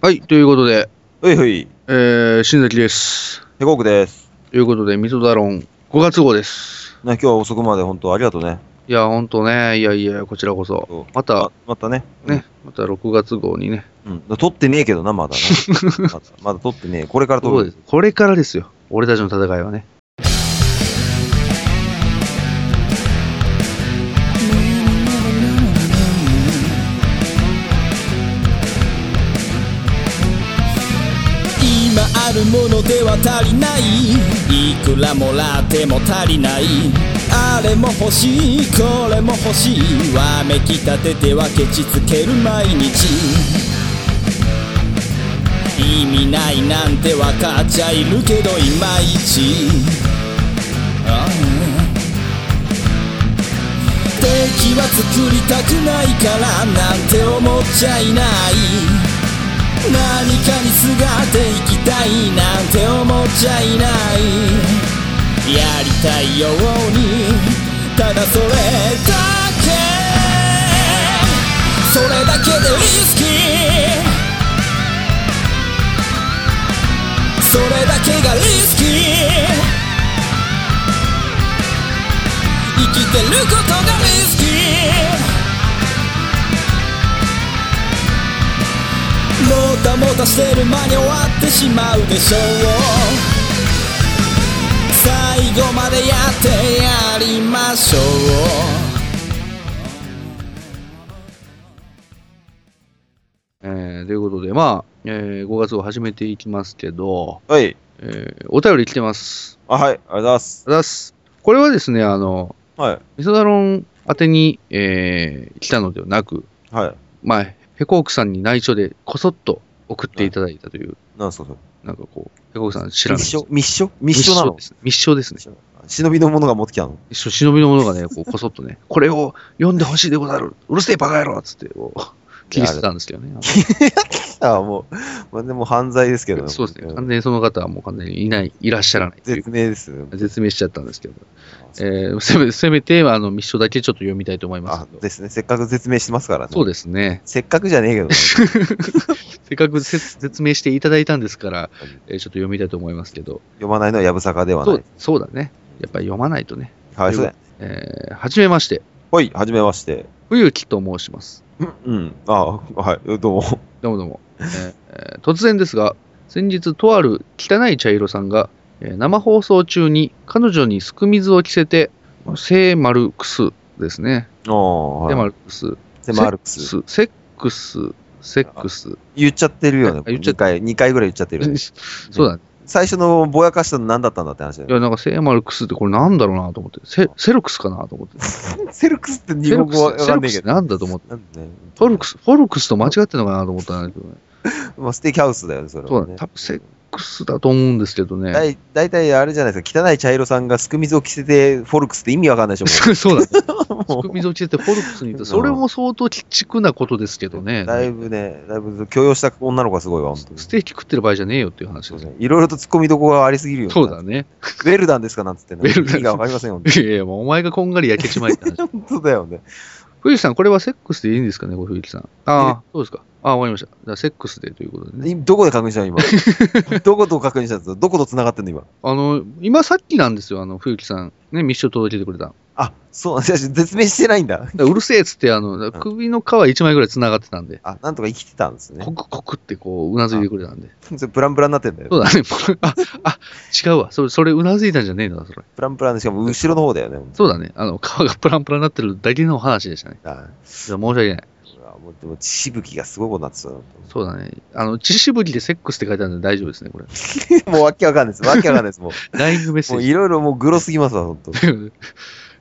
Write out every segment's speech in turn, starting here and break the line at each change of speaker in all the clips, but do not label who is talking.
はい、ということで、
ういふい、
えー、新崎です。
ヘコークです。
ということで、ミソダロン5月号です。
ね、今日は遅くまで本当ありがとうね。
いや、ほんとね、いやいや、こちらこ
そ。
そうまた、
またね。
ね、また6月号にね。
うん。撮ってねえけどな、まだ な。まだまだ撮ってねえ。これから撮
そうで
る。
す。これからですよ。俺たちの戦いはね。
今あるものでは足りないいくらもらっても足りないあれも欲しいこれも欲しいわめきたててはケチつける毎日意味ないなんてわかっちゃいるけどいまいちああ敵は作りたくないからなんて思っちゃいない何かにすがっていきたいなんて思っちゃいないやりたいようにただそれだけそれだけでリスキーそれだけがリスキー生きてることがリスキーもたもたしてる間に終わってしまうでしょう最後までやってやりましょう
えー、ということで、まあ、えー、5月号始めていきますけど、
はい。
えー、お便り来てます。
あ、はい。ありがとうございます。
あざっす。これはですね、あの、
はい。
ミソダロン宛てに、えー、来たのではなく、
は
まあ、ヘコークさんに内緒でこそっと送っていただいたという、
い。なんですか、それ。
なんかこう、ヘコークさん知らない
密書密書密書なの
ですね。密書ですね。
忍びの者が持ってきたの。
一緒忍びの者がね、こうこそっとね、 これを読んでほしいでござる。うるせえバカ野郎っつって、こう、切り捨てたんですけどね。
あもう、まあ、でも犯罪ですけ ど
そうですね。完
ん
全にその方はもう完全にいない、いらっしゃらないという
絶命です。
絶命しちゃったんですけど。えー、せめせめて、あの、密書だけちょっと読みたいと思います
あ
け、ど。
ですね。せっかく絶命してますからね。
そう
で
ですね。
す。せっかくじゃねえけ どね。
せっかくせ説明していただいたんですから、えーちょっと読みたいと思いますけど。
読まないのはやぶさかでは
そ
な
う
い。
そうだね。やっぱり読まないとね。
かわいそうだよ。
えー、はじめまして。
はい。はじめまして。
冬木と申します。
うん。うん。あ、はい。どうも。
どうもどうも、えーえー突然ですが、先日とある汚い茶色さんが、えー生放送中に彼女にすく水を着せて、聖マルクスですね。
あ
聖
あ、
マ
はい。
ルクス。
セマルクス。
セッセックス、セックス。
言っちゃってるよね
あ。言っちゃっ
2回、二回ぐらい言っちゃってるよ ね。
そうだね。
最初のぼやかしたの何だったんだって話だ
い
よ
や、なんか聖マルクスってこれなんだろうなと思って。セセルクスかなと思って。
ね。セルクスって日
セル
本
ク
語わ
ス、セ
か
ル
ん
ク
ねえ
ス
け
って
ど。
なんだと思って。
なんでね
フォルクス、フォルクスと間違ってるのかなと思ったんだけどね。
まあ、ステーキハウスだよね、それ
そう
は、
だね。
ね。
多分セックスだと思うんですけどね。
だい大体あれじゃないですか、汚い茶色さんがすく水を着せて、フォルクスって意味わかんないでし ょ、
そうだね。
も
す
う
くみぞちってフォルクスにいた。それも相当鬼畜なことですけどね。
だいぶね、だいぶ許容した女の子がすごいわ、本当に
ス。テーキ食ってる場合じゃねえよっていう話
そ
で
う
す
で
ね。
すねいろいろと突っ込みどころがありすぎるよ、
そうだ。ね。
ウェルダンですかなんつってね。
ウェルダン
意味がわかりませんよ、本当に
いやいや、もうお前がこんがり焼けちまえって 話。
本当だよね。
冬木さん、これはセックスでいいんですかね、ご冬木さん。ああ、そうですか。ああ、わかりました。じゃあセックスでということでね。
いどこで確認したの、今。 どこと確認したのどこと繋がってんの、今。
あの、今さっきなんですよ、あの、冬木さん。ね、密書届けてくれた。だか
あ、そう なんです。絶命してないんだ。
らうるせえっつって、あの、首の皮1枚ぐらい繋がってたんで、
あ、なんとか生きてたんですね
コ。クコクってこう、うなずいてくれたんで。
それプランプランになってんだよ。
そうだね。 あ、あ、違うわ。それ、それうなずいたんじゃねえのだ、それ。
プランプランで、しかも後ろの方だよね。
そうだね。あの、皮がプランプランになってるだけの話でしたね。
あ
じゃあ申し訳ない。
あもうでも血しぶきがすごいことにな ってたよ
そうだね。あの、血しぶきでセックスって書いてあるんで大丈夫ですね、これ。
もうわけわかんないです。わけわかんないです。もう、
ダイイングメッセ
も
ー
う
ジ。
いろいろもうグロすぎますわ、ほんと。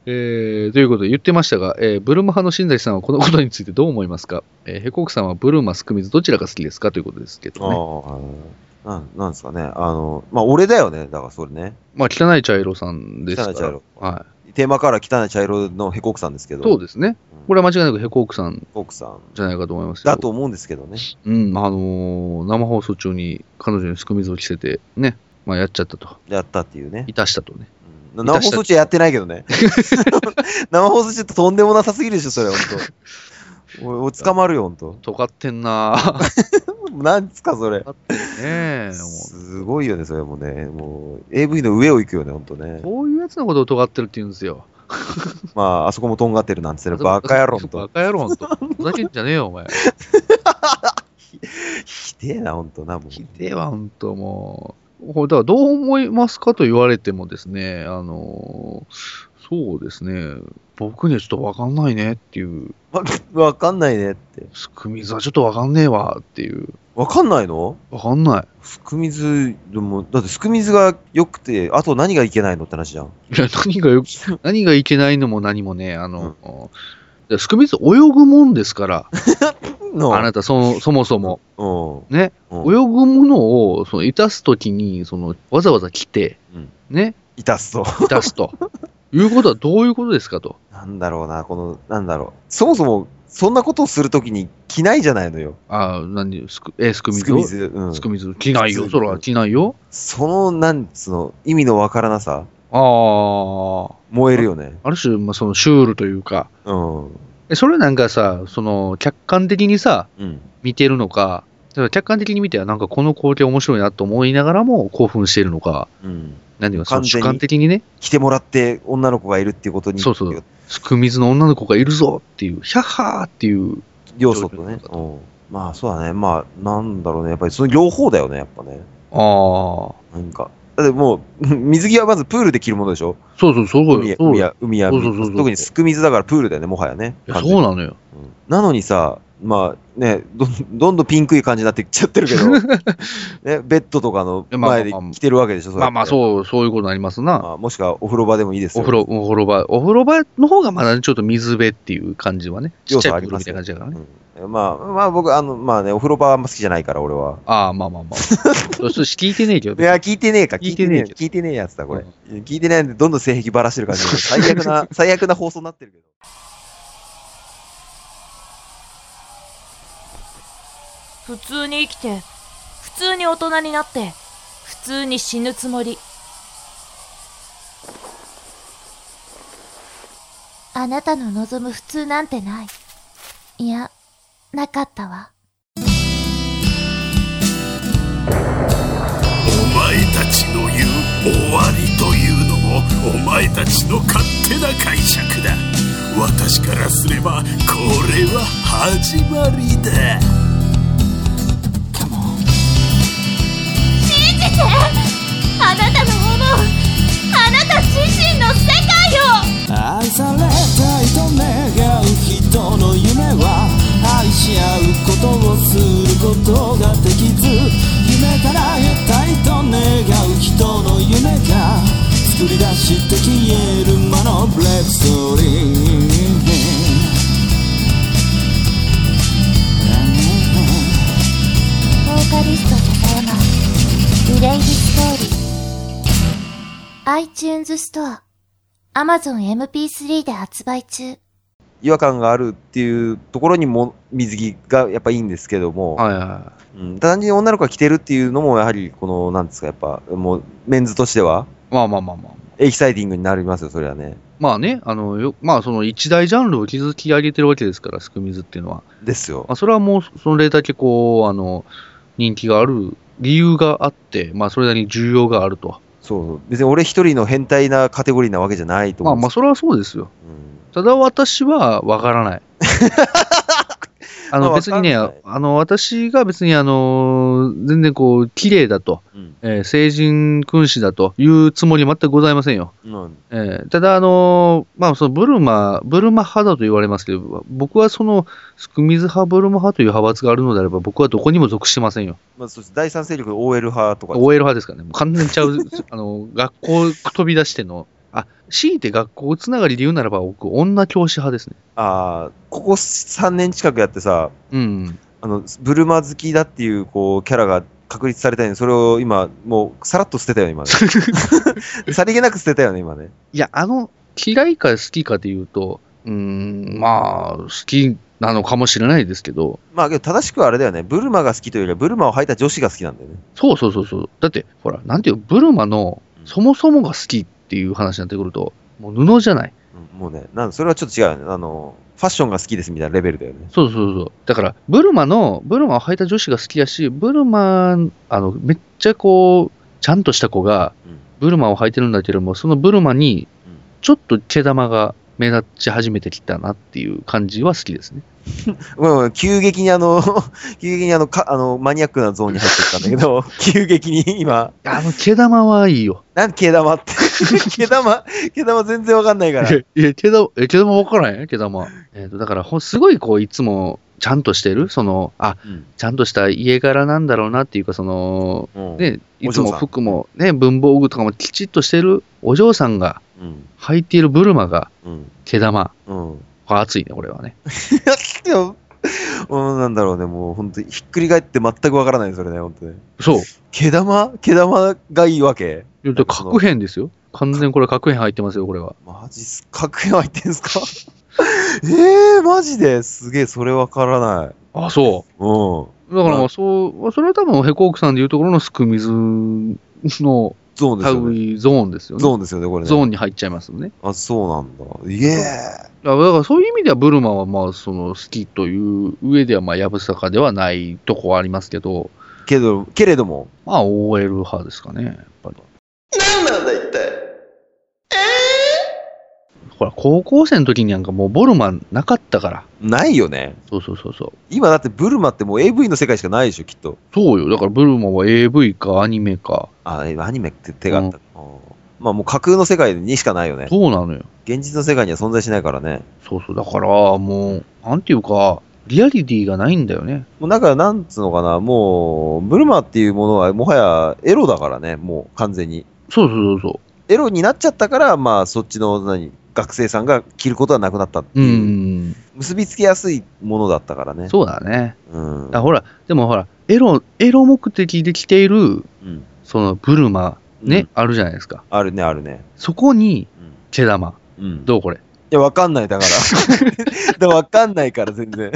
えーということで言ってましたが、えーブルマ派の新崎さんはこのことについてどう思いますか、えーヘコークさんはブルーマ、スクミズ、どちらが好きですかということですけどね。
ああ、なんなんですかね。あの、まあ俺だよね。だからそれね。
まあ、汚い茶色さんですから。
汚い茶色
は
テーマカラー汚い茶色のヘコークさんですけ
い。
ど。
そう
で
ですね。これは間違いなくヘコークさん
ヘコークさん。
じゃないかと思いますよ
だと思うんですけどね。
うん、あのー生放送中に彼女にスクミズを着せて、ね、まあ、やっちゃったと。
やったっていうね。
いたしたとね。
うん生放 送中やってないけどね。生放送中ってとんでもなさすぎるでしょ、それ、ほんと。 おお捕まるよ、ほんと。
尖ってんなぁ。
なんつか、それ。
ねえ、も
すごいよね、それもね。もう、AV の上を行くよね、ほんと
う。
ね。
こういうやつのことを尖ってるって言うんですよ。
まあ、あそこもとんがってるなんつってね、バカ野郎、ほん
バ
と。
カ野郎、ほんと。ふざけんじゃねえよ、お前。
ひでえな、ほんとな、も う。
ひでえわ、ほんと、もう。これ、だから、どう思いますかと言われてもですね、あのそうですね、僕にはちょっとわかんないねっていう、
わわかんないねって。
すくみずはちょっとわかんねえわっていう、
わかんないの
わかんない。
すくみず、でも、だってすくみずが良くて、あと何がいけないのって話じゃん。
いや、何がよ、何がいけないのも何もね、あの、いやすくみず泳ぐもんですから、
の
あなた、その、そもそも。
うん。
ね、
うん
泳ぐものを、その、いたすときに、その、わざわざ来て、
うん
ね、
いたすと。
いたす と。いうことはどういうことですかと。
なんだろうな、この、なんだろう。そもそも、そんなことをするときに着ないじゃないのよ。
ああ、何、すく、えー、すくみ
す
ず
く
を
みず。うん
す。くみず、着ないよ、そら、着ないよ。
その、なんつうの、意味のわからなさ、
ああ、
燃えるよね。
ある種、まあ、その、シュールというか、
うん。
えそれなんかさ、その、客観的にさ、
うん。
見てるのか、だから客観的に見て、あなんかこの光景面白いなと思いながらも興奮しているのか、
うん。
何かその
完
主
全に
観的にね、
来てもらって女の子がいるっていうことに、
そうそうすくみずの女の子がいるぞっていう、ヒャッハーっていう、
要素とね。うん。まあ、そうだね。まあ、なんだろうね。やっぱり、その両方だよね、やっぱね。
ああ、そ
なんか。だってもう、 水着はまずプールで着るものでしょ
うそう、そうよ
海や、
そう
海
よ。
や、海や、
そうそうそうそう
特にすく水だからプールだよね、もはやね。
いや、そう
う
なのよ。
んなのにさ、まあね、どんどんどんピンクい感じになってきちゃってるけ ど、ね、ベッドとかの
いやまあ
前で着てるわけでしょ、
まあまあ、
う
そう、そういうことになります
やって。
な。
まあ、もしくはお風呂場でもいいです
お
よ。
風呂、お風呂場、お風呂場の方がまだちょっと水辺っていう感じはね、ちっ
要
ち
素
ゃ
あ
いプー
り
ル
ま
み
す
たい
よ
な感じだからね。
うんまあ、まあ僕、あの、まあね、お風呂場あんま好きじゃないから、俺は。
ああ、まあまあ まあ。そうそう、聞いてねえけど
い。や、聞いてねえか、
聞いてねえ
聞いてねえやつだ、これ
う。
聞いてないんで、どんどん性癖ばらしてる感じで、最悪 な、最悪な放送になってるけど。
普通に生きて普通に大人になって普通に死ぬつもりあなたの望む普通なんてないいやなかったわ
お前たちの言う終わりというのもお前たちの勝手な解釈だ私からすればこれは始まりだ
信じてあなたの思うあなた自身の世界を
愛されたいと願う人の夢は愛し合うことをすることができず夢から得たいと願う人の夢が作り出して消える魔のブレイクストーリー
ボーカリスト高山リレンジストーリー iTunes ストア Amazon MP3 で発売中
違和感があるっていうところにも水着がやっぱいいんですけども、
はいは
うん、単純に女の子が着てるっていうのも、やはり、この、なんですか、やっぱ、もう、メンズとしては、
い。まあまあまあまあ。
エキサイティングになりますよ、それはね。
まあね、あの、よまあその一大ジャンルを築き上げてるわけですから、すくみずっていうのは。
ですよ
ま。あそれはもう、それだけこう、あの、人気がある理由があって、まあそれなりに需要があると。
そうそう。別に俺一人の変態なカテゴリーなわけじゃないと
まあ
思う
まあ
んです
それはそうですよ。
うん
ただ私はわから ない。あの
まあ
別にね、
わかん
あ
ない
の私が別にあの、全然こう、綺麗だと、
うん
えー成人君子だというつもり全くございませんよ。
うん
えーただ、あのーまあ、そのブルマ、ブルマ派だと言われますけど、僕はその、スクミズ派、ブルマ派という派閥があるのであれば、僕はどこにも属してませんよ。
まあ、そして第三勢力の OL 派とか、
OL 派ですからね。もう完全にちゃう、 あの、学校飛び出しての、あ、強いて学校つながりで言うならば、僕、女教師派ですね。
ああ、ここ3年近くやってさ、
うん。
あの、ブルマ好きだっていう、こう、キャラが確立されたように、それを今、もう、さらっと捨てたよね、 今ね。さりげなく捨てたよね、今ね。
いや、あの、嫌いか好きかで言うと、うーん、まあ、好きなのかもしれないですけど、
まあ、けど正しくはあれだよね。ブルマが好きというよりは、ブルマを履いた女子が好きなんだよね。
そうそうそうそう。だって、ほら、なんていうの、ブルマの、
うん
そもそもが好きっていう話になってくると、もう布じゃない。
うんうんもうね、なんそれはちょっと違うよね。あの、ファッションが好きですみたいなレベルだよね。
そうそうそう。だから、ブルマの、ブルマを履いた女子が好きやし、ブルマ、あの、めっちゃこう、ちゃんとした子が、
うん
ブルマを履いてるんだけども、そのブルマに
うん、
ちょっと毛玉が目立ち始めてきたなっていう感じは好きですね。
うんうん急激にあの、 急激にあの、かあのマニアックなゾーンに入っていったんだけ ど、急激に今、
あの毛玉はいいよ。
なん毛玉 って。毛玉、毛玉全然わかんないから。
いや、毛玉、え、毛玉分からへん毛玉。えっ、と、だから、ほんすごいこう、いつも、ちゃんとしてるその、あ、
うん
ちゃんとした家柄なんだろうなっていうか、その、
うん
ね、い
お
つ
嬢さん
も服も、ね、文房具とかもきちっとしてるお嬢さんが、
うん。
履いているブルマが、
うん。
毛玉。
うん。
これ熱いね、これはね。
でもうん、なんだろうね、もう本当にひっくり返って全くわからない、それね、本当に。
そう。
毛玉毛玉がいいわけ
いやだから角変ですよ。完全にこれ角変入ってますよ、これは。
マジっすか角入ってんす かえー、マジですげえ、それわからない。
あ、そ
うん。
う。だからま
ま
あ、そう、まあそれは多分、ヘコークさんでいうところのすく水の
ゾーンですよね。
類ゾーンですよね。
ゾーンですよね、これね。
ゾー
ン。
ンに入っちゃいますよね。
あ、そうなんだ。イエーイ
だからだからそういう意味ではブルマはまあその好きという上ではまあやぶさかではないとこはありますけど、
けど、けれども、
まあ OL 派ですかね、やっぱり。なんなんだ一体ええほら、高校生の時になんかもうボルマなかったから。
ないよね。
そうそうそうそう。
今だってブルマってもう AV の世界しかないでしょ、きっと。
そうよ。だからブルマは AV かアニメか。
あ、えアニメって手があった。うんまあもう架空の世界にしかないよね。
そうなのよ。
現実の世界には存在しないからね。
そうそう。だからもう、なんていうか、リアリティがないんだよね。
もうだから、なんつうのかな、もう、ブルマっていうものは、もはやエロだからね、もう完全に。
そうそうそうそう。
エロになっちゃったから、まあ、そっちの、何、学生さんが着ることはなくなったって
う
いう、
ん。
結びつけやすいものだったからね。
そうだね。
う。うん。
あほら、でもほら、エロ、エロ目的で来ている、
うん。
そのブルマ、ね、
うん
あるじゃないですか。
あるね、あるね。
そこに、
うん。
毛玉。
うん。い
どうこれ。
や、わかんない、だから。でわかんないから、全然。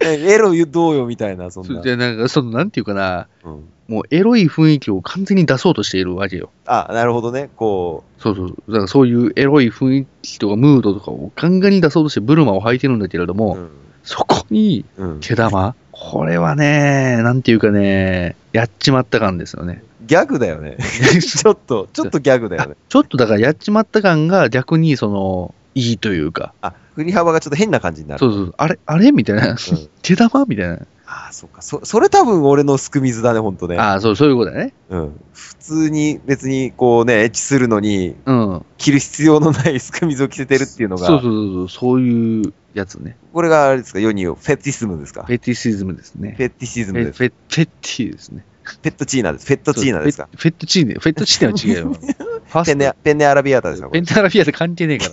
エロどうよ、みたいな、そんな。
で、なんか、その、なんていうかな、
うん。
もうエロい雰囲気を完全に出そうとしているわけよ。
あ、なるほどね。こ
そうそうそう。だからそういうエロい雰囲気とかムードとかをガンガンに出そうとしてブルマを履いてるんだけれど
う。
も、
うん。
そこに
うん。
毛玉これはね、なんていうかね、やっちまった感ですよね。
ギャグだ よね。ちょっと、ちょっとギャグだよね。
ちょっとだからやっちまった感が逆にその、いいというか、
あ、振り幅がちょっと変な感じになる。
そうそうそう、あれあれみたいな、
ん
毛玉みたいな。
ああ、そうか。そ、それ多分俺のすくみずだね、ほんとね。
ああ、そう、そういうことだね。
うん。普通に別にこうね、エッチするのに、
うん。
着る必要のない すくみずを着せてるっていうの
そう
が、
そうそうそう、そういうやつね。
これがあれですか、世に言うフェティスムですか。
フェティシズムですね。
フェティシズ
フ
ム
ェ
です。
フェフェティですね。
ペットチーナです。フェットチーナですか
フ。ェフェットチーネ。フェットチーネは違うよ。ファー
ペ
ス
ネ
ト、
ペネアラビアータですかこ
ペ
れ
ンタラフィアと関係ねえから。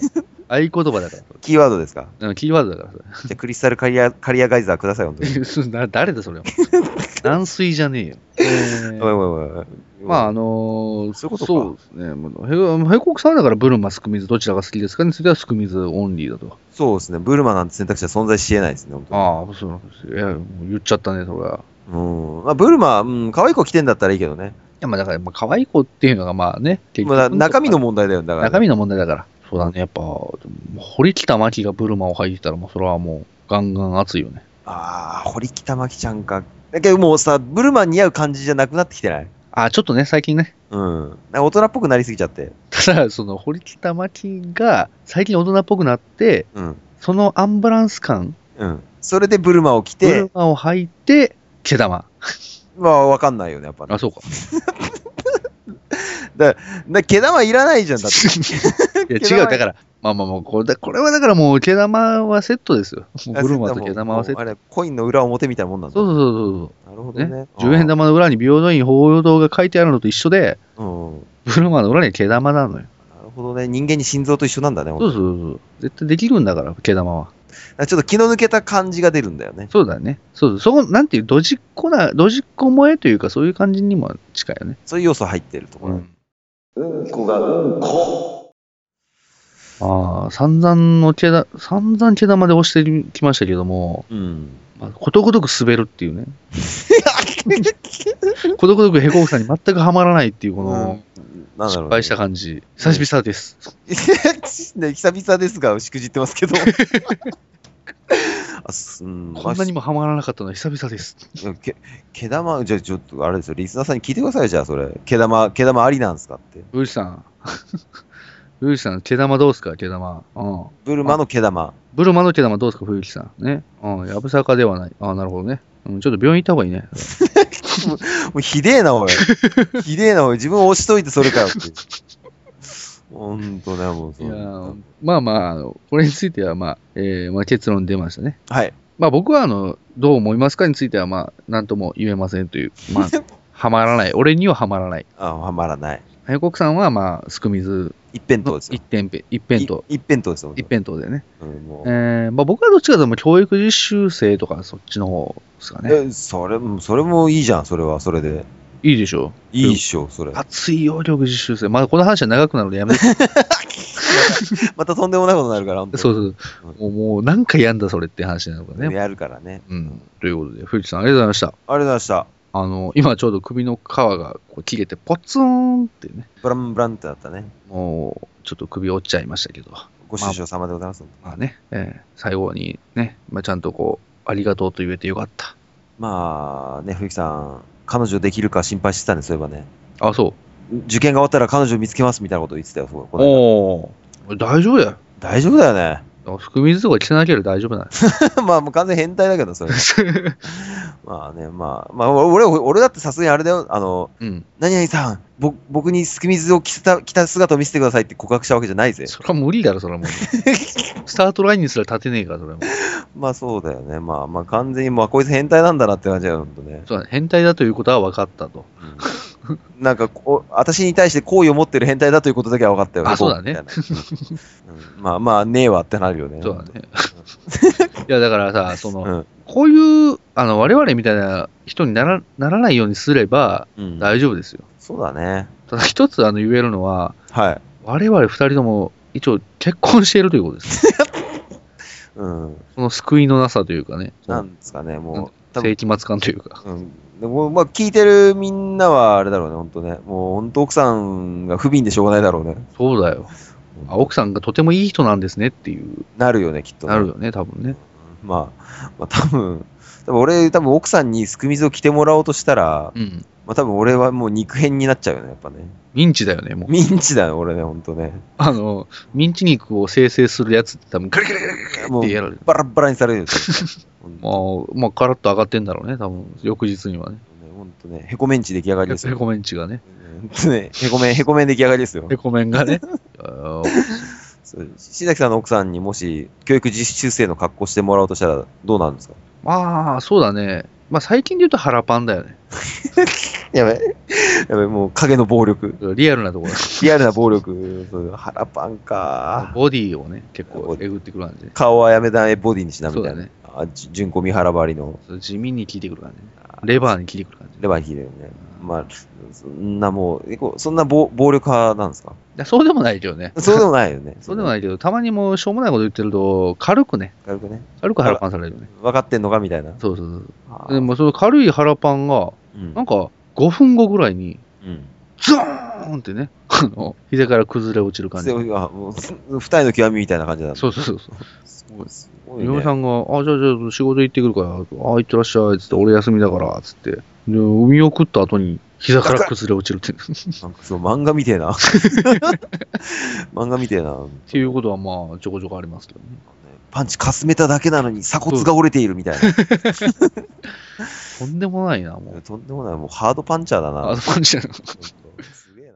合言葉だ から
キーワードですか。
うん。キーワードだからそれ。
じゃあクリスタルカリア、カリアガイザーください、ほんとに。
そうな 誰だそ れは。軟水じゃねえよ。 え
おい
ー
おいおい。
まあ、あ
あ、
のー
そういうことか
そうですね。もうへへこくさんはだからブルマ、スクミズ、どちらが好きですかについてはスクミズオンリーだと。
そうですね。ブルマなんて選択肢は存在し得ないですね、ほんとに。
ああ、そうなんですよ。いや、もう言っちゃったね、それは。
うん。まあ、ブルマ、うん、可愛い子着てんだったらいいけどね。
いや、まあだから、まあ、可愛い子っていうのがまあね、結
まあ、中身の
問
問題だよ、だ
題、
からね、
中身の問題だから。そうだね、やっぱ、堀北真希がブルマを履いてたら、もうそれはもう、ガンガン熱いよね。
ああ、堀北真希ちゃんか。だけどもうさ、ブルマン似合う感じじゃなくなってきてない
あ、ちょっとね、最近ね。
うん。なんか大人っぽくなりすぎちゃって。
ただ、その、堀北真希が、最近大人っぽくなって、
うん。
そのアンバランス感、
うん。それでブルマを着
ブル
て、
マを履いて、毛玉。
まあわかんないよね、やっぱ、ね。
あ、そう か。
だ毛玉いらないじゃん、だって。
いや、
毛玉
違う、だから、まあまあまあ、これだこれはだからもう、毛玉はセットですよ。もうブルマと毛玉はセッ
もうあ
ト。
れ、コインの裏表みたいなもんなんだ。
そうそうそう
なるほど
そう。
ね。
ね、
あー
10円。玉の裏に平等院報道が書いてあるのと一緒で、
うん。
ブルマの裏に毛玉なのよ。
なるほどね。人間に心臓と一緒なんだね、ほん
そ
と
うそうそう。絶対できるんだから、毛玉は。
だからちょっと気の抜けた感じが出るんだよね。
そうだね。そうそう。そこ、なんていう、ドジっ子な、ドジっ子萌えというか、そういう感じにも近いよね。
そういう要素入ってるところ。
ん。こがうんこ。ああ、散々の毛だ、散々毛玉で押してきましたけども、
うん。
まあ、ことごとく滑るっていうね。ことごとくヘコーさんに全くはまらないっていう、この、
なんだろう、
失敗した感じ。久々です。
ね、久々ですが、しくじってますけど。 あすうん、
こんなにもハマらなかったのは久々です。
まあけ毛玉、じゃあちょっと、あれですよ、リスナーさんに聞いてください、じゃあ、それ。毛玉、毛玉ありなんですかって。
ウールさん。 ウールさん、毛玉どうすか毛玉。うん。
ブルマの毛玉。
ブルマの毛玉どうすか冬木さん。ね。うん。やぶさかではない。ああ、なるほどね。うん。ちょっと病院行った方がいいね。
もうひでえ な、おい。ひでえな、おい。自分押しといてそれかよって。ほんとね、もう
い
そ
や
う
ー。まあまああの、これについては、まあ、えーまあ、結論出ましたね。
はい。
まあ僕は、あの、どう思いますかについては、まあ、なんとも言えませんという。 まあ、はまらない。俺にははまらない。
あ、はまらない。
早国さんは、まあ、すくみず
一辺倒
の
です
一
よ。
点ぺ一辺倒。
い一辺倒ですよ。
一辺倒でね。
うんもう
えーまあ僕はどっちかというともう教育実習生とかそっちの方ですかね。
えそれ、うんそれもいいじゃん、それは、それで。
いいでしょ
いいっしょ、それ。
熱いよ、教育実習生。まあこの話は長くなるので やめて。
またとんでもないことになるから、ほんと
そうそうもう。もう何回やんだそれって話なのかね。
やるからね。
うん。ということで、藤田さんありがとうございました。
ありがとうございま
あの、今ちょうど首の皮がこう切れてポツンってね。
した。ブランブランってなったね。
もう、ちょっと首折っちゃいましたけど。
ご愁傷様でございます。
まあね、えー最後にね、まあちゃんとこう、ありがとうと言えてよかった。
まあね、冬木さん、彼女できるか心配してたね、そういえばね。
あ、そう。
受験が終わったら彼女見つけますみたいなこと言ってたよ、そうこの間
おお大丈夫だよ。
大丈夫だよね。
含み水とか着てなければ大丈夫なの。
まあもう完全変態だけど、 それ。まあね、まあ、まあ俺、俺俺だってさすがにあれだよ、あの、
うん。
何々さん、ぼ僕にすくみずを着せた、着た姿を見せてくださいって告白したわけじゃないぜ。
それは無理だろ、それは もう。スタートラインにすら立てねえから、それはもう。
まあそうだよね。まあまあ完全に、まあこいつ変態なんだなって感じだよ、ほんとね。
そうだね変態だということは分かったと。
うんなんかこう、私に対して好意を持ってる変態だということだけは分かったよ。
あそうだね
こみたいなうんまあまあ、ねえわってなるよね。
そうだね。 いや、だからさ、その、
うん
こういう、あの、我々みたいな人にならならないようにすれば
うん
大丈夫ですよ。
そうだね。
ただ、一つあの言えるのは、
はい。
我々二人とも一応結婚しているということ です。
うん。
その救いのなさというかね。
なんですかね、もう。多分
世紀末感というか。
うん。でもまあ、聞いてるみんなはあれだろうね、本当ね。もう本当奥さんが不憫でしょうがないだろうね。
そうだよ。あ奥さんがとてもいい人なんですねっていう、
なるよね、きっと、ね。
なるよね、多分ね。
まあ、まあ多分、多分俺、多分奥さんにすくみずを着てもらおうとしたら、
うん。
まあ多分俺はもう肉片になっちゃうよね、やっぱね。
ミンチだよね、もう。
ミンチだよ、俺ね、ほんとね。
あの、ミンチ肉を生成するやつって多分、ガリガリガリガリ
も
っ
う
てやられる。
バラッバラにされるよ、多分ほ
も
ん
う、まあ、カラッと上がってんだろうね、多分、翌日にはね。
とねほんとね、へこめんち出来上がりです
ヘ
よ。
コメンチがね。
ほんとね、へこめん、へこめん出来上がりですよ
ヘ。コメンがね。あー
そう新崎さんの奥さんにもし、教育実習生の格好してもらおうとしたら、どうなるんですか
まあ、そうだね。まあ、最近で言うと腹パンだよね。
やべ、やべ、もう影の暴力。
リアルなところ。
リアルな暴力。そう腹パンか。
ボディをね、結
ボ
構
デ
えぐってくる感じで。
顔はやめだえボディにしなみたい
そうだ
な
ね。
あじ純子三原ばりの
そう地味に効いてくる感じね。レバーに効いてくる感じね。
レバー引いてるよね。まあ、そんなもう、えこうそんな暴暴力派なんですか
いやそうでもないけど ね。
そうでもないよね。。
そうでもないいけど、たまにもうしょうもないこと言ってると、軽くね、
軽くね。
軽く腹パンされるね。
分かってんのかみたいな。
そうそう
あ
そう。
ー
でも、その軽い腹パンが、
うん
なんか、5分後ぐらいに、
うん。
ズーンってね、 あの、膝から崩れ落ちる感じ。
強いあもう、二重の極みみたいな感じだ。
そうそうそうそう。
すごい。すごいね
嫁さんが、あ、じゃあじゃあ仕事行ってくるから、あ、行ってらっしゃい、つって、俺休みだから、つって。で、海を食った後に、膝から崩れ落ちるって。っ
なんかそう、漫画み てえな。漫画みてえな。
ていうことは、まあ、ちょこちょこありますけどね。
パンチかすめただけなのに鎖骨が折れているみたい
とんでもないな、も
な。
う。
とんでもない。もうハードパンチャーだな。
あ、そうじゃない。
すげえな。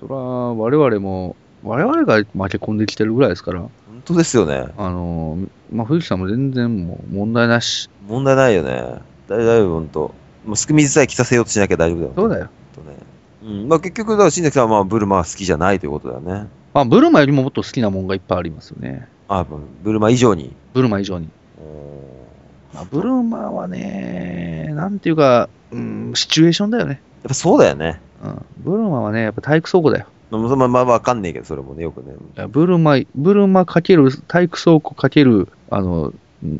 そら、我々も、我々が負け込んできてるぐらいですから、
本当ですよね。
あのー、まあ、藤木さんも全然もう問題なし。
問題ないよね。大丈夫、本当。もうすくみずさえ着させようとしなきゃ大丈夫だよ。
そうだよ。
ほんとね。うん。まあ結局、だから新崎さんはまあブルマは好きじゃないということだよね。
まあ、ブルマよりももっと好きなもんがいっぱいありますよね。
あ、ブルマ以上に。
ブルマ以上に。
おー
まあ、ブルマはね、なんていうか、うん、シチュエーションだよね。
やっぱそうだよね。
うん。ブルマはね、やっぱ体育倉庫だよ。
まあ、まあ、まあ、わかんねえけど、それもね、よくね。
いやブルマ、ブルマかける、体育倉庫かける、あの、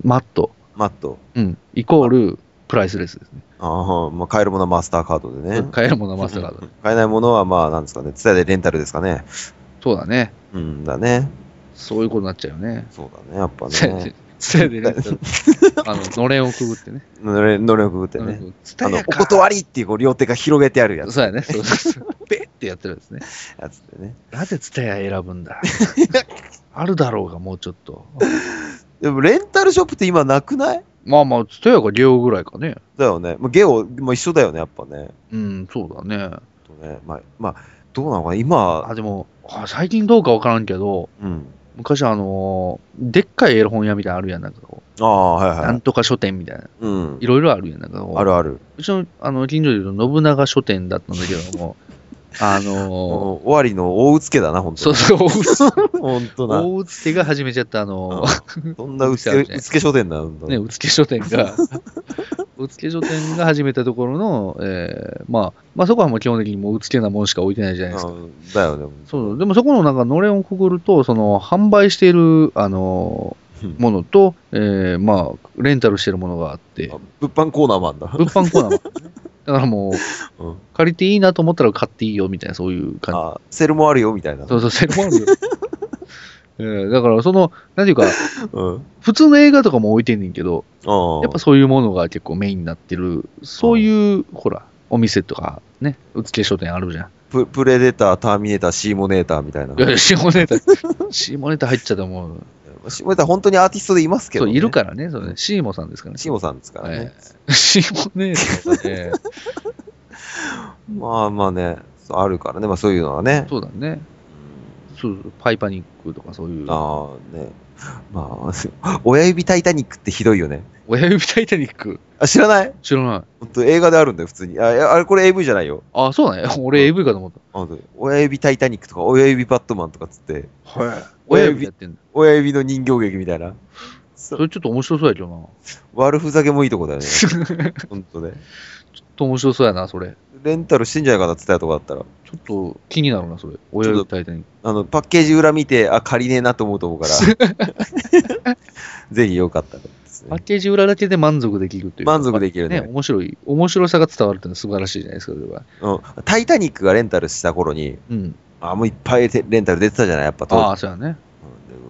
マット、
マット。
うん、イコール、プライスレスですね。
ああ、まあ、買えるものはマスターカードでね。
買えるものはマスターカード。
買えないものは、まあ、なんですかね、ツタでレンタルですかね。
そうだね。
うんだね。
そういうことになっちゃうよね。
そうだね、やっぱ
せ
ね。
せいで ね、あの、のれんをくぐってね。
のれ能力ぶってね。あの、お
り
断りっていう、こう、両手が広げてあるやつ。
そうやね。そうそうそう。 ペッてやってるんですね。
やつでね。
なぜツタヤ選ぶん だあるだろうが、もうちょっと。
でも、レンタルショップって今なくない
まあまあ、ツタヤが両ぐらいかね。
だよね。まあ、ゲオも一緒だよね、やっぱね。
うん、そうだね。
とねまあ、まあ、どうなのかな、今、
あ、でも、あ最近どうかわからんけど、
うん。
昔あのーでっかいエロ本屋みたいなのあるやん、なんかこ
ああ、は
う
い
な
は
ん
い。
とか書店みたいな。
うん
い。ろいろあるやん、なんかこう
あるある。
うちの、あの、近所で言うと、信長書店だったんだけど も、あのー
もう終わりの大うつけだな、本当
そう
に。
そう、
本当な。
大大津家が始めちゃった、あ のー
そんなうつけ、うつけ書店だ、本当
ね、
に。
うつけ書店 が、うつけ書店が始めたところの、えーまあ、まあそこはもう基本的にもううつけなものしか置いてないじゃないですか。
うんだよね。
そう、でもそこのなんかのれんをくぐると、その販売している、あの
うん
ーものと、えーまあ、レンタルしているものがあって
あ、物販コーナーもあんだ。
物販コーナーもあってね だからもう、
うん
借りていいなと思ったら買っていいよみたいな、そういう感じ。
あセルもあるよ、みたいな。
そうそう、セルフォール。 えーだから、その、なんていうか、
うん。
普通の映画とかも置いてんねんけど、
ああ
やっぱそういうものが結構メインになってる、そういう、ほら、お店とか、ね、うつけ商店あるじゃん。
ププレデター、ターミネーター、シーモネーターみたいな。
いやいや、下ネタ、下ネタ入っちゃったもう、
シーモネーター本当にアーティストでいますけ
そ
ど、
う、
ね。
いるからね、そうね、シーモさんですからね。
シーモさんですからね。
ええシーモ ネータね。
まあまあね、そうあるからね、まあそういうのはね。
そうだね。そうそう、パイパニックとかそういう。
ああ、ね。まあ、 親指タイタニックってひどいよね。
親指タイタニック。
あ、知らない
知らない。
本当映画であるんだよ、普通に。あ、いやあれこれ AV じゃないよ。
あ、そうだね。 俺 AV かと思っ
あ本当に親指タイタニックとか、親指バットマンとかっつって、
た。はい。親
親
指
指
やってんだ。
親指の人形劇みたいな。そ
それちょっと面白そうやけどな。
悪ふざけもいいとこ だよね。
ちょっ
本当ね。
と面白そうやな、それ。
レンタルしてんじゃないかなって言ったとこだったら。
ちょっと気になるな、それ。親指タイタニック。
あの、パッケージ裏見て、あ、借りねえなと思うと思うから。 ぜひよかったらです
パ
ね
ッ。ケージ裏だけで満足できるというか
満足できるね
ね、面白い。面白さが伝わるってのは素晴らしいじゃないですか、それは。
うん。タイタニックがレンタルした頃に、
うん。
あ、もういっぱいレンタル出てたじゃないやっぱ当
ああ、
時
そうやね。
うんで。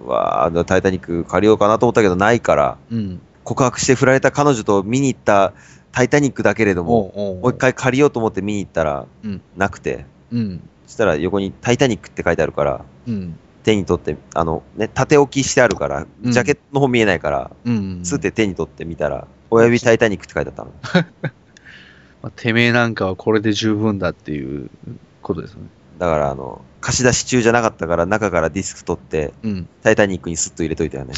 うわあのタイタニック借りようかなと思ったけど、ないから、
うん。
告白して振られた彼女と見に行ったタイタニックだけれども、
おう
もう一。回借りようと思って見に行ったら、
うん
なくて、
うん。
そしたら横にタイタニックって書いてあるから、
うん。
手に取って、あの、ね、縦置きしてあるから、
うん
ジャケットの方見えないから、
うん。
つって手に取ってみたら、親指タイタニックって書いてあったの。
まあ、てめえなんかはこれで十分だっていうことですよね。
だから、あの、貸し出し中じゃなかったから、中からディスク取って、
うん。
タイタニックにスッと入れといたよね。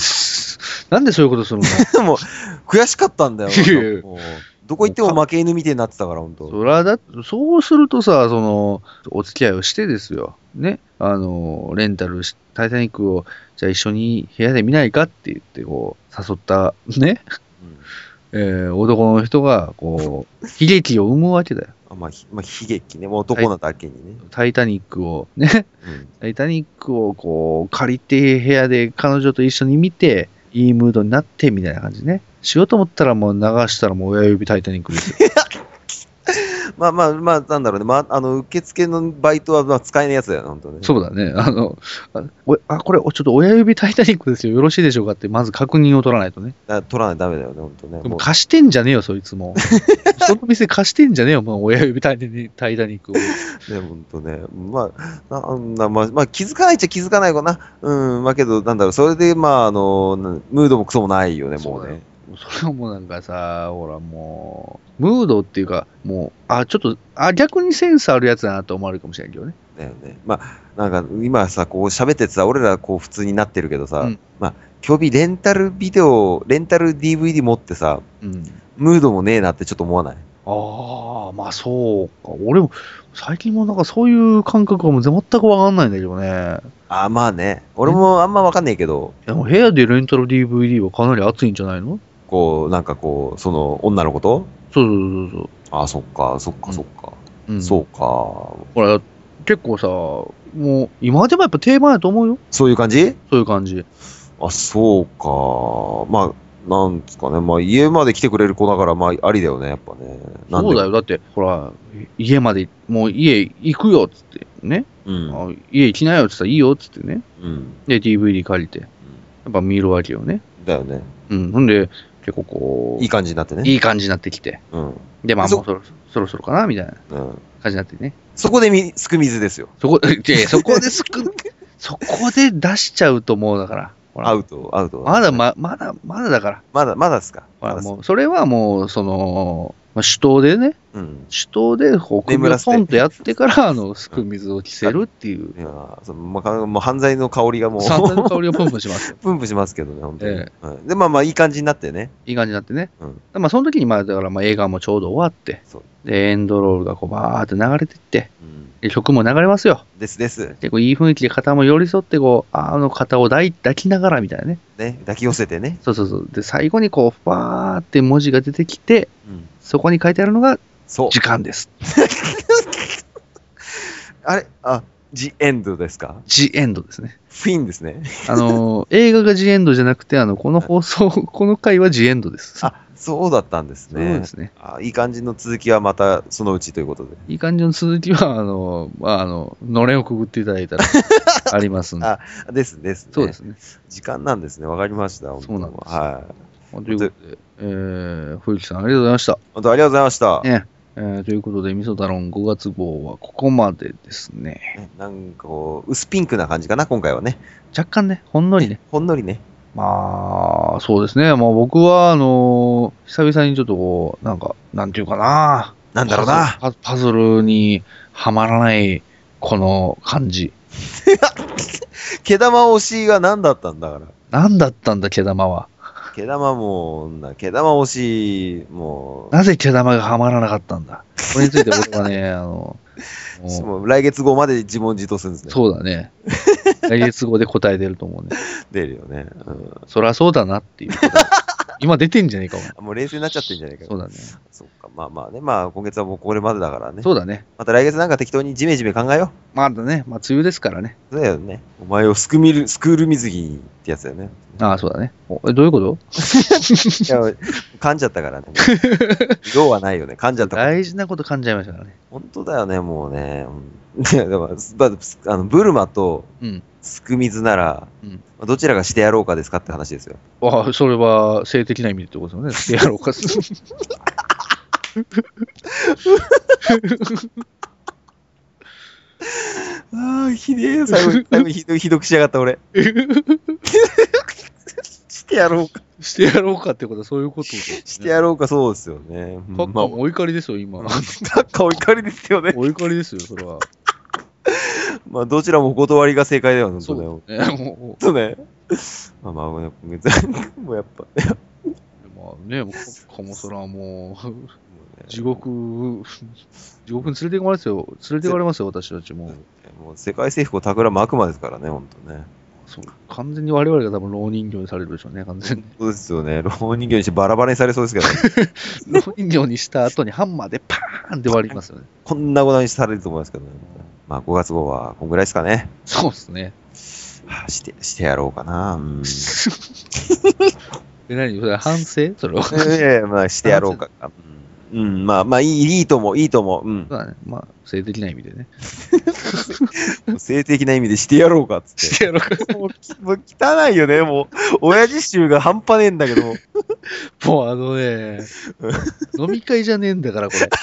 なんでそういうことするの
もう、悔しかったんだよ
いやいや。
もうどこ行っても負け犬みてえになってたから、ほんと。
そらだ、そうするとさ、その、お付き合いをしてですよ。ね。あの、レンタルし、タイタニックを、じゃあ一緒に部屋で見ないかって言って、こう、誘った、ね。
う
え
ん
ー、男の人が、こう、悲劇を生むわけだよ。
あまあ、ひまあ、悲劇ね。もう男なだけにね。
タイタニックを、ね。
うん
タイタニックを、こう、借りて部屋で彼女と一緒に見て、いいムードになって、みたいな感じね。しようと思ったらもう流したらもう親指タイタニックですよ。
まあまあまあ、なんだろうね。まあ、あの、受付のバイトはまあ使えないやつだよね、ほんとね。
そうだね。 あの、あ、おあこれ、おちょっと親指タイタニックですよ。よろしいでしょうかって、まず確認を取らないとね。
だ取らないとダメだよね、ほんとね。
でも
もう
貸してんじゃねえよ、そいつ も。その店貸してんじゃねえよ、もう親指タイタニタイタニックを。
ね、ほんとね。まあ、ななんだ、まあ、まあ、気づかないっちゃ気づかないかな。うん、まあけど、なんだろう、それで、まあ、あの、なムードもクソもないよね、もうね。
それはもうなんかさ、ほらもう、ムードっていうか、もう、あ、ちょっと、あ、逆にセンスあるやつだなと思われるかもしれないけどね。
だよね。まあ、なんか、今さ、こう喋っててさ、俺らこう普通になってるけどさ、
うん
まあ、今日日レンタルビデオ、レンタル DVD 持ってさ、
うん。
ムードもねえなってちょっと思わない
ああ、まあそうか。俺も、最近もなんかそういう感覚はもう全くわかんないんだけどね。
あまあね。俺もあんまわかんねえけど、
でも部屋でレンタル DVD はかなり熱いんじゃないの
こう、なんかこう、その、女の子と
そうそうそうそう。
ああ、そっか、そっか、そっか。
うん、
そうか。
ほら、結構さ、もう、今でもやっぱ定番やと思うよ。
そういう感じ
そういう感じ。
あ、そうか。まあ、なんですかね、まあ、家まで来てくれる子だから、まあ、ありだよね、やっぱね。なんで
そうだよ。だって、ほら、家まで、もう家行くよっつってね。
うん。
あ家行きなよっつったらいいよっつってね。
うん。
で、DVD 借りて、やっぱ見るわけよね。
だよね。
うん。ほんで、結構こう、
いい感じになってね。
いい感じになってきて。
うん。
で、まあ、
そ
もうそろそろそろかなみたいな
うん。
感じになってね。
そこでみ、すく水ですよ。
そこ、で、そこですく、そこで出しちゃうと思うだから。ほ
ア
ら、
ウト、アウト。
まだま、まだ、まだだから。
まだ、まだっすか。
ほ
まだ
ら、
っす
もう、それはもう、その、まあ、手刀でね、
うん。
手刀で、こう、首
眠
を
らせて
ポンとやってから、あの、すく水を着せるっていう、
いやーそのまあもう犯罪の香りがも
三段の
う、
香りをプンプンします。
プンプンしますけどね、本当に。
え
うんで、まあまあ、いい感じになってね。
いい感じになってね。
うん
まあ、その時に、まあ、だから、まあ、映画もちょうど終わって
そう、
で、エンドロールがこう、バーって流れてって、
うん。
で曲も流れますよ。
ですです。
結構いい雰囲気で肩も寄り添って、こう、あの肩を抱い抱きながらみたいなね。
ね、抱き寄せてね。
そうそうそう。で、最後にこう、バーって文字が出てきて、
うん。
そこに書いてあるのが、
そう。
時間です。
あれあ、ジエンドですか
ジエンドですね。
フィンですね。
あのー、映画がジエンドじゃなくて、あの、この放送、 この回はジエンドです。
あ、そうだったんです
そう
ね。
ですね。
あいい感じの続きはまたそのうちということで。
いい感じの続きは、あのー、まあ、あの、のれんをくぐっていただい たら、ありますんで。
あですです、ね。
そうですね。
時間なんですね。わかりました。本当
そうなんです
はい。
ということで、えー、冬木さんありがとうございました。
本当ありがとうございました。
ねえーということで、みそだろん5月号はここまでですね。
ねなんかこう、薄ピンクな感じかな、今回はね。
若干ね、ほんのりね。
ほんのりね。
まあ、そうですね。もう僕は、あのー久々にちょっとこう、なんか、なんていうかな。
なんだろうな。
パズ。パパズルにはまらない、この感じ。
毛玉推しが何だったんだから。
なんだったんだ、毛玉は。
毛玉も、な毛玉推し、も
なぜ毛玉がはまらなかったんだ。これについて僕は ね、あの、
う、
もう
もう来月号まで自問自答するんですね。
そうだね。来月号で答え出ると思うね。
出るよね。うん
そりゃそうだなっていう。 今出てんじゃねえかも。
あもう冷静になっちゃってんじゃないか。
そうだね。
そっか。まあまあね。まあ今月はもうこれまでだからね。
そうだね。
また来月なんか適当にジメジメ考えよう。
まだね、まあ梅雨ですからね。
そうだよね。お前をスクミル、スクール水着ってやつだ よね。
ああ、そうだね。おえどういうこと
いや、噛んじゃっ たからね。色はないよね。噛んじゃったから。
大事なこと噛んじゃいましたからね。
本当だよね、もうね。うん いや、でも、すだすあの、ブルマと
うん。
スクミズなら、
うん
どちらがしてやろうかですかって話ですよ。
ああ、それは性的な意味でってことですよ ね。やろうか。
ああ、 ひでえ。最後、最後ひどひどくしやがった 俺。してやろうか。
してやろうかってことはそういうことです、ね。
してやろうか、そうですよね。うん
カッカ
まあ
もお怒りですよ、今。
カッカお怒りですよね。
お怒りですよ、それは。
まあ、どちらもお断りが正解だよね、
そ
本当だよ
う。だね。も
ちょっとね。まあまあ、ごめんごめんもうやっぱ、ね、
うまあね、もうカッカもそらもう、
もうね
地。獄、地獄に連れて行かれますよ。連れて行かれますよ、私たちも。
もう世界征服を企む悪魔ですからね、本当ね。
そう完全に我々が多分、老人形にされるでしょうね、完全 に。
そうですよね。老人形にしてバラバラにされそうですけど、
老人形にした後にハンマーでパーンって割りますよね。
こんなごなにされると思いますけどね。まあ、5月号はこんぐらいですかね。
そうですね。
はあ、して、してやろうか な。うん。
で、何それ反省それは。そ
ええまあ、してやろう か。うん、うんまあ、まあいい、いいと思う、いいと思う。うん
う。だね。まあ、性的な意味でね。
性的な意味でしてやろうかっつっ
してやろうか。
て。もうきもう汚いよね、もう。親父臭が半端ねえんだけど。
もうあのね、飲み会じゃねえんだから、これ。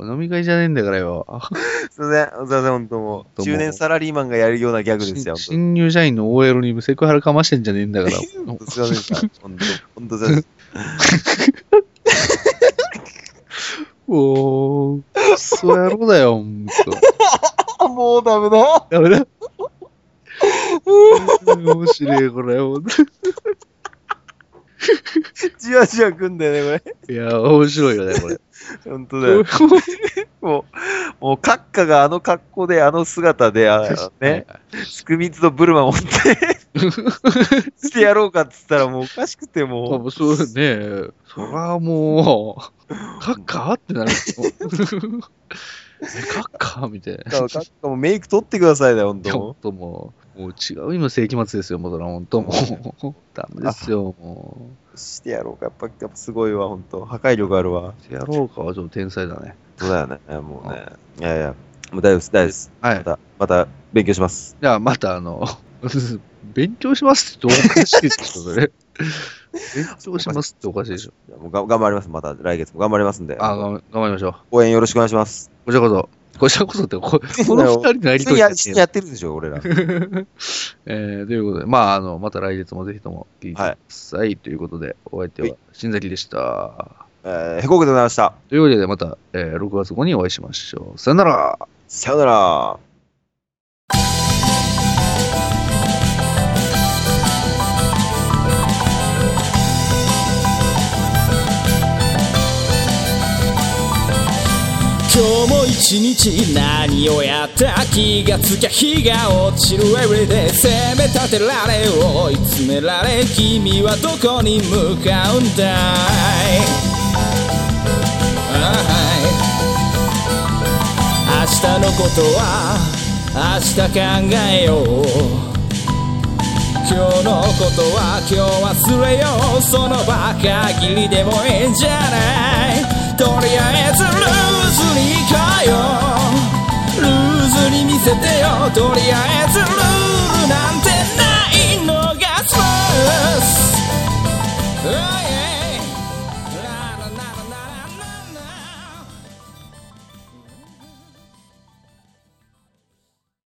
飲み会じゃねえんだからよ。
すいません、すいません、本当もう。
どうも
中年サラリーマンがやるようなギャグです
新
よ、本
新入社員の OL にセクハラかましてんじゃねえんだから。
当。すいませんでした。本当、本当すいません。
おー、クソ野郎だよ、ほんと。
あ、もうダメだ。
ダメだ。面白い、これ。ほんと
じわじわくんだよね、こ
いや、面白いよね、これ。
れ。本当だよ。もう、もう、閣下があの格好で、あの姿で、あのね、スクミツとブルマ持って、してやろうかっつったら、もうおかしくて、
多
も
分そうね え、そらもう、カッカーってなる。カッカーみたいな。
カッカもメイク取ってくださいね、ほん
いや
と
本。当もう、もう違う意味の世紀末ですよ、もうそれは本当もう。ダメですよ、も
してやろうか。やっぱ、やっぱすごいわ、ほんと。破壊力あるわ。
う。やろうかはちょっと天才だね。
そうだよね。もうね。いやいや、もう大丈夫です、大丈夫です。
は
ま
い。
た、また勉強します。
じゃあまたあの、 勉強しますっておかしいですよ、それ。勉強しますっておかしいでしょ。
いやもうが頑張ります。また来月も頑張りますんで。
あ、頑張頑張りましょう。
応援よろしくお願いします。
こちらこそ。こちらこそって、 ここの二人のやり
普通
と
に
り
や
です
普通
ね
にやってるでしょ、俺ら。
えーということで、まあ、あの、また来月もぜひとも聞いてください。ということで、お相手は新崎でした。
えー、へこくでございました。
ということで、また、えー6月後にお会いしましょう。さよなら
さよなら。
今日も一日何をやった気がつきゃ日が落ちる Everyday 責め立てられ追い詰められ君はどこに向かうんだいあーはい明日のことは明日考えよう今日のことは今日忘れようその場限りでもいいんじゃないとりあえずルーズに行こうよルーズに見せてよとりあえずルー